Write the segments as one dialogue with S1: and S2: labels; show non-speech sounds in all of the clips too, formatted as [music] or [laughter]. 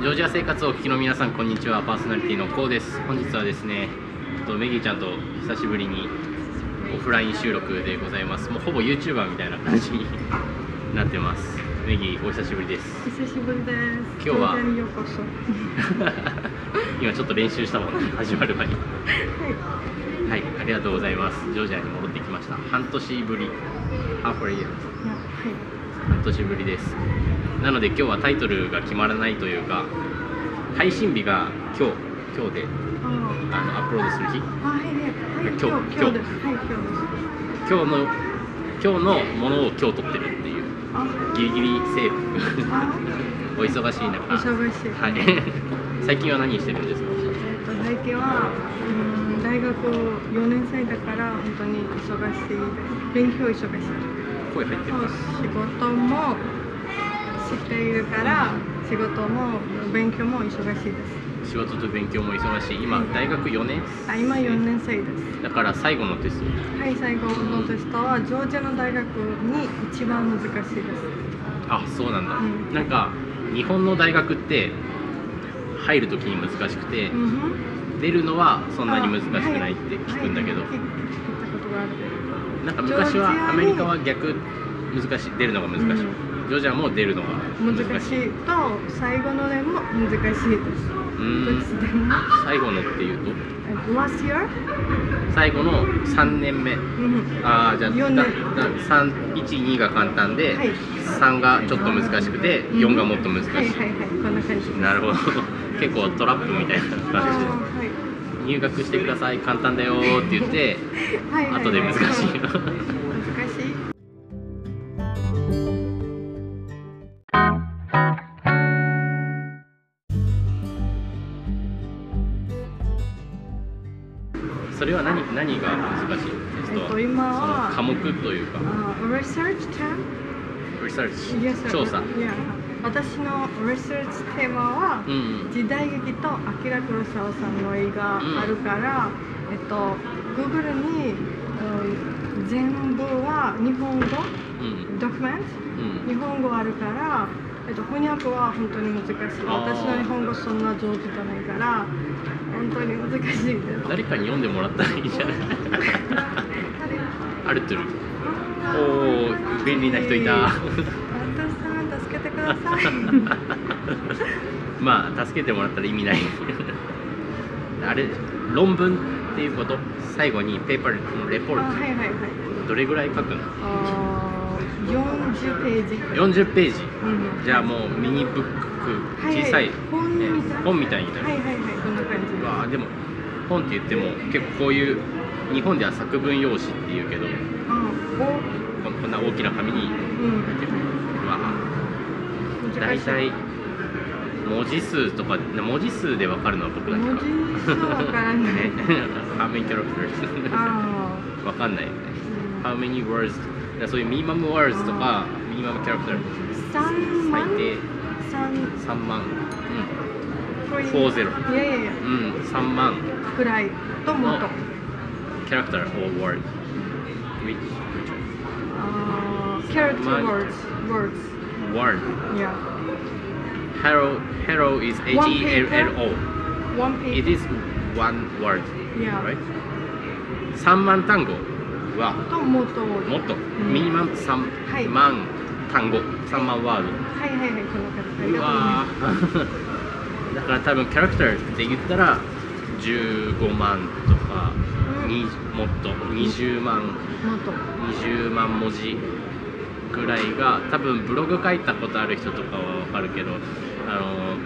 S1: ジョージア生活をお聞きの皆さんこんにちはパーソナリティのこうです本日はですねえっとメギーちゃんと久しぶりにオフライン収録でございますもうほぼ YouTuber みたいな感じになってますメギーお久しぶりです [laughs]
S2: 久しぶりです。
S1: 今日は
S2: メディアにようこそ。は
S1: 今ちょっと練習したもんね始まる前に
S2: い。
S1: はいありがとうございますジョージアに戻ってきました半年ぶりハーフリーです
S2: いやは
S1: 半年ぶりですなので今日はタイトルが決まらないというか配信日が今日今日で
S2: い。
S1: あのアップロードする日
S2: あー、あはいね。はい、
S1: 今
S2: 今
S1: 日今
S2: 日、今
S1: 日
S2: 日です。はい、今日です。
S1: 今日の今日のものを今日撮ってるっていう
S2: あ、
S1: ギリギリセーフ
S2: あ、
S1: [laughs] お忙しい中
S2: 忙しい。
S1: はい [laughs] 最近は何してるんですか
S2: えっと、最近は、うん、大学を4年生だから、本当に忙しいです。勉強忙しい。
S1: 声入ってる
S2: そう
S1: か、
S2: 仕事もしているから、仕事も勉強も忙しいです。
S1: ら仕事と勉強も忙しい今大学4年
S2: あ、今4年生です。
S1: だから最後のテスト
S2: はい、最後のテストは、ジョージアの大学に一番難しいです。
S1: あそうなんだ、
S2: うん
S1: なんか日本の大学って入るときに難しくて、
S2: うんふん
S1: 出るのはそんなに難しくないって聞くんだけど、
S2: はいはい聞いたことがある
S1: なんか昔はアメリカは逆難しい出るのが難しい、
S2: う
S1: ジョージアも出るのが難しい
S2: 難しいと最後のでも難しいです。
S1: う
S2: どっ
S1: ー
S2: ち
S1: ん
S2: でも。
S1: 最後のっていうと
S2: えっと Last year?
S1: 最後の3年目
S2: うん。
S1: ああじゃあ
S2: 四年
S1: 312が簡単で、
S2: はい
S1: 3がちょっと難しくて
S2: うん
S1: 4がもっと難しい、
S2: はいはいはい。こんな感じ。
S1: なるほど [laughs] 結構トラップみたいな
S2: あー
S1: 感じで入学してください簡単だよーって言って
S2: はい。はいはいはい
S1: 後で難しい
S2: そう難しい。
S1: [laughs] それは何何が難しいテスト
S2: えっ
S1: は、
S2: と今は
S1: その科目というか
S2: あー research term?
S1: リサー
S2: Yes, sir.
S1: チ調査
S2: Yeah. 私の research テーマは
S1: うんうん
S2: 時代劇と明倉黒沢さんの絵があるから、えっと Google に、うん、全部は日
S1: う
S2: 本語
S1: ん
S2: ドキュメン
S1: うん
S2: ト日本語あるから、えっと、翻訳は本当に難しい
S1: あー
S2: 私の日本語そんな上手じゃないから本当に難しいです
S1: 誰かに読んでもらったらいいじゃない [laughs] アルトゥルおー便利な人いた [laughs]
S2: 私さん助けてください
S1: まあ助けてもらったら意味ないあれ論文っていうこと最後にペーパーのレ
S2: あ
S1: ポ
S2: はい
S1: ー
S2: はいはい
S1: トどれぐらい書くの
S2: あー40ページ、
S1: 40ページ
S2: うん
S1: じゃあもうミニブック
S2: は
S1: 小さい、
S2: は本みたい
S1: ね本みたいになる
S2: はいはいはいこんな感じ
S1: うわーでも本って言っても結構こういう日本では作文用紙っていうけど
S2: う
S1: こんこんな大きな紙に
S2: んお
S1: うわー
S2: うん
S1: 大体文字数とか文字数で分かるのは僕だけか
S2: 文字数わからない
S1: [laughs] ね How many characters?
S2: ああ
S1: 分かんないよね
S2: うん
S1: How many words? だからそういうミニマム words とかミニマムキャラクター
S2: 三万
S1: 最低
S2: 三
S1: 3万
S2: こい
S1: フォーゼロ
S2: いやいやいや
S1: うん、うん、3万
S2: くらいともっと
S1: のキャラクター or word which
S2: あー character
S1: 三万
S2: words words
S1: word
S2: yeah
S1: hero hero is H
S2: One
S1: E L L O
S2: one page
S1: it is one word
S2: Yeah.
S1: right 3万単語は
S2: ともっと多い
S1: もっと
S2: ん
S1: ミニマム
S2: は
S1: 3
S2: い
S1: 万単語、3万ワード
S2: はいはいはいこんな感じあり
S1: う
S2: がとうござ
S1: わ
S2: います
S1: ーだから多分キャラクターって言ったら15万とか、
S2: うん
S1: にもっと20万
S2: もっと
S1: 20万文字ぐらいが多分ブログ書いたことある人とかは分かるけどあ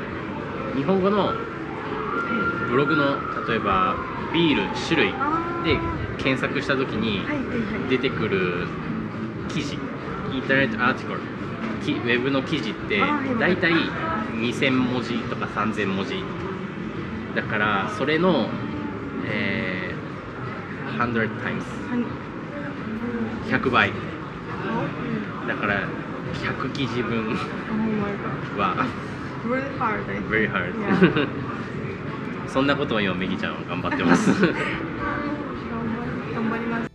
S1: の日本語の
S2: はい
S1: ブログの例えばビール種類
S2: あー
S1: で検索した時に、
S2: はいはいはい
S1: 出てくる記事インターネットアーティコルきウェブの記事って
S2: あーはい
S1: 大体2000文字とか3000文字だからそれの、えー、100 times
S2: はい
S1: 100倍
S2: お
S1: だから100記事分
S2: Oh my god
S1: は [laughs]
S2: really hard I think.
S1: very hard
S2: Yeah.
S1: そんなことを今メギちゃんは頑張ってます
S2: [laughs] 頑張ります。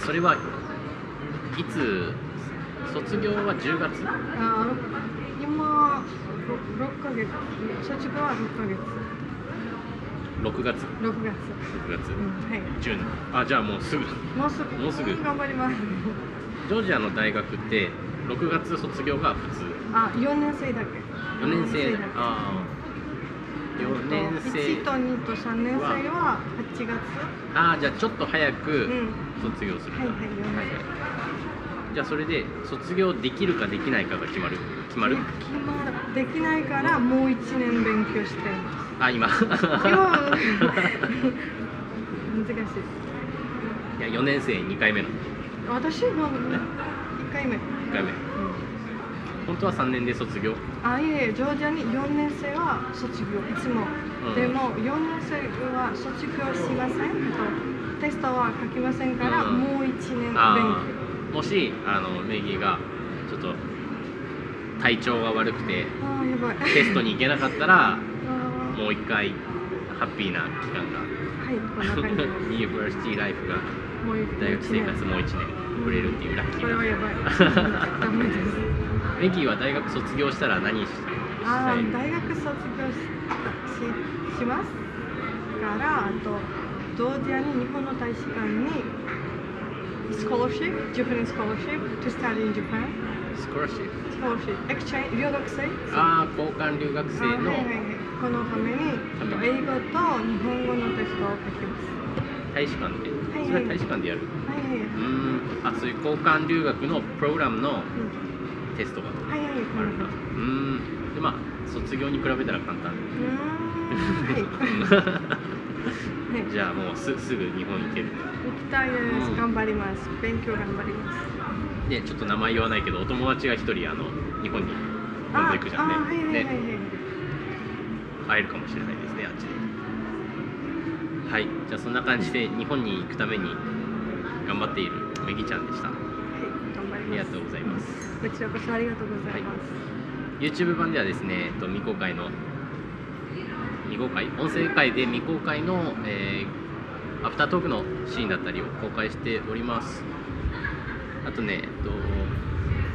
S1: それはいつ卒業は10月
S2: あろ今ろ6ヶ月卒業は6ヶ月
S1: 6月
S2: 6月、
S1: 6月
S2: うん、はい
S1: ジュンあじゃあもうすぐ
S2: もうすぐ
S1: もうすぐ
S2: 頑張ります
S1: ジョージアの大学って6月卒業が普通
S2: あ4年生だ
S1: 4
S2: け
S1: 年生
S2: だけ
S1: ああ4年
S2: 1と
S1: 生
S2: 2と3年生は8月
S1: ああじゃあちょっと早
S2: う
S1: く
S2: ん
S1: 卒業するん
S2: は
S1: だ
S2: いはい4年生
S1: じゃあそれで卒業できるかできないかが決まる決まる
S2: 決まるできないからもう1年勉強
S1: [laughs]
S2: して [laughs] ます
S1: あ今
S2: 今難しい
S1: いや4年生2回目の
S2: 私の1回目、うん
S1: 1回目本当は3年で卒業
S2: あいえジョージアに4年生は卒業いつも、
S1: うん
S2: でも4年生は卒業しませんとテストは書きませんから、
S1: うん
S2: もう1年
S1: あ
S2: 勉
S1: ーもしあのメギがちょっと体調が悪くて
S2: 強ああやばい
S1: テストに行けなかったら
S2: あ
S1: もう1回ハッピーな期間が
S2: ーはいこんな感じです
S1: [laughs] ユニバーシティライフが
S2: もう1
S1: 大学生活もう1年遅れるっていうラッキ
S2: これ
S1: ー
S2: は
S1: な
S2: やばいダメです
S1: [laughs] メギは大学卒業したら何し
S2: あ
S1: たい
S2: ー大学卒業しししますからあとジョージアに日本の大使館にスコラシップ、ジャパニースコラシップ、to study in Japan、
S1: スコラシップ
S2: スコラシップ、エクチェンジ、留学生
S1: ああ交換留学生の
S2: あはいはいはいこのために
S1: ために
S2: 英語と日本語のテストを書きます。
S1: 大使館で
S2: いはい
S1: それは大使館でやる
S2: はいはいは
S1: う
S2: い。
S1: ーんあそういう交換留学のプログラムの
S2: うん
S1: テストが
S2: はいはいはい。
S1: あるんだうーんでまあ卒業に比べたら簡単
S2: うーんはいはい。
S1: [laughs] [laughs] じゃあもうすすぐ日本行ける
S2: 行きたいです。
S1: うん
S2: 頑張ります。勉強頑張ります。
S1: でちょっと名前言わないけどお友達が一人あの日本に飛んでいくじゃ
S2: ああ
S1: ん
S2: は
S1: ね
S2: いはいはいはい
S1: ね。会えるかもしれないですねあっちではいじゃあそんな感じで日本に行くために頑張っているめぎちゃんでしたあ
S2: はい、頑張り
S1: りが
S2: ます
S1: と。うございます
S2: こちらこそありがとうございます。
S1: YouTube 版ではですね、えっと、未公開の未公開音声会で未公開の、えーアフタートークのシーンだったりを公開しておりますあとね、えっと、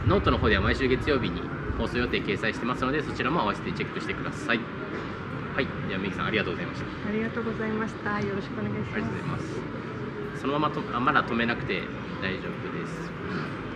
S1: ノートの方では毎週月曜日に放送予定掲載してますのでそちらも合わせてチェックしてくださいはい、ではみきさんありがとうございました
S2: ありがとうございました。よろしくお願いし
S1: ありがとうございますそのままとあまだ止めなくて大丈夫です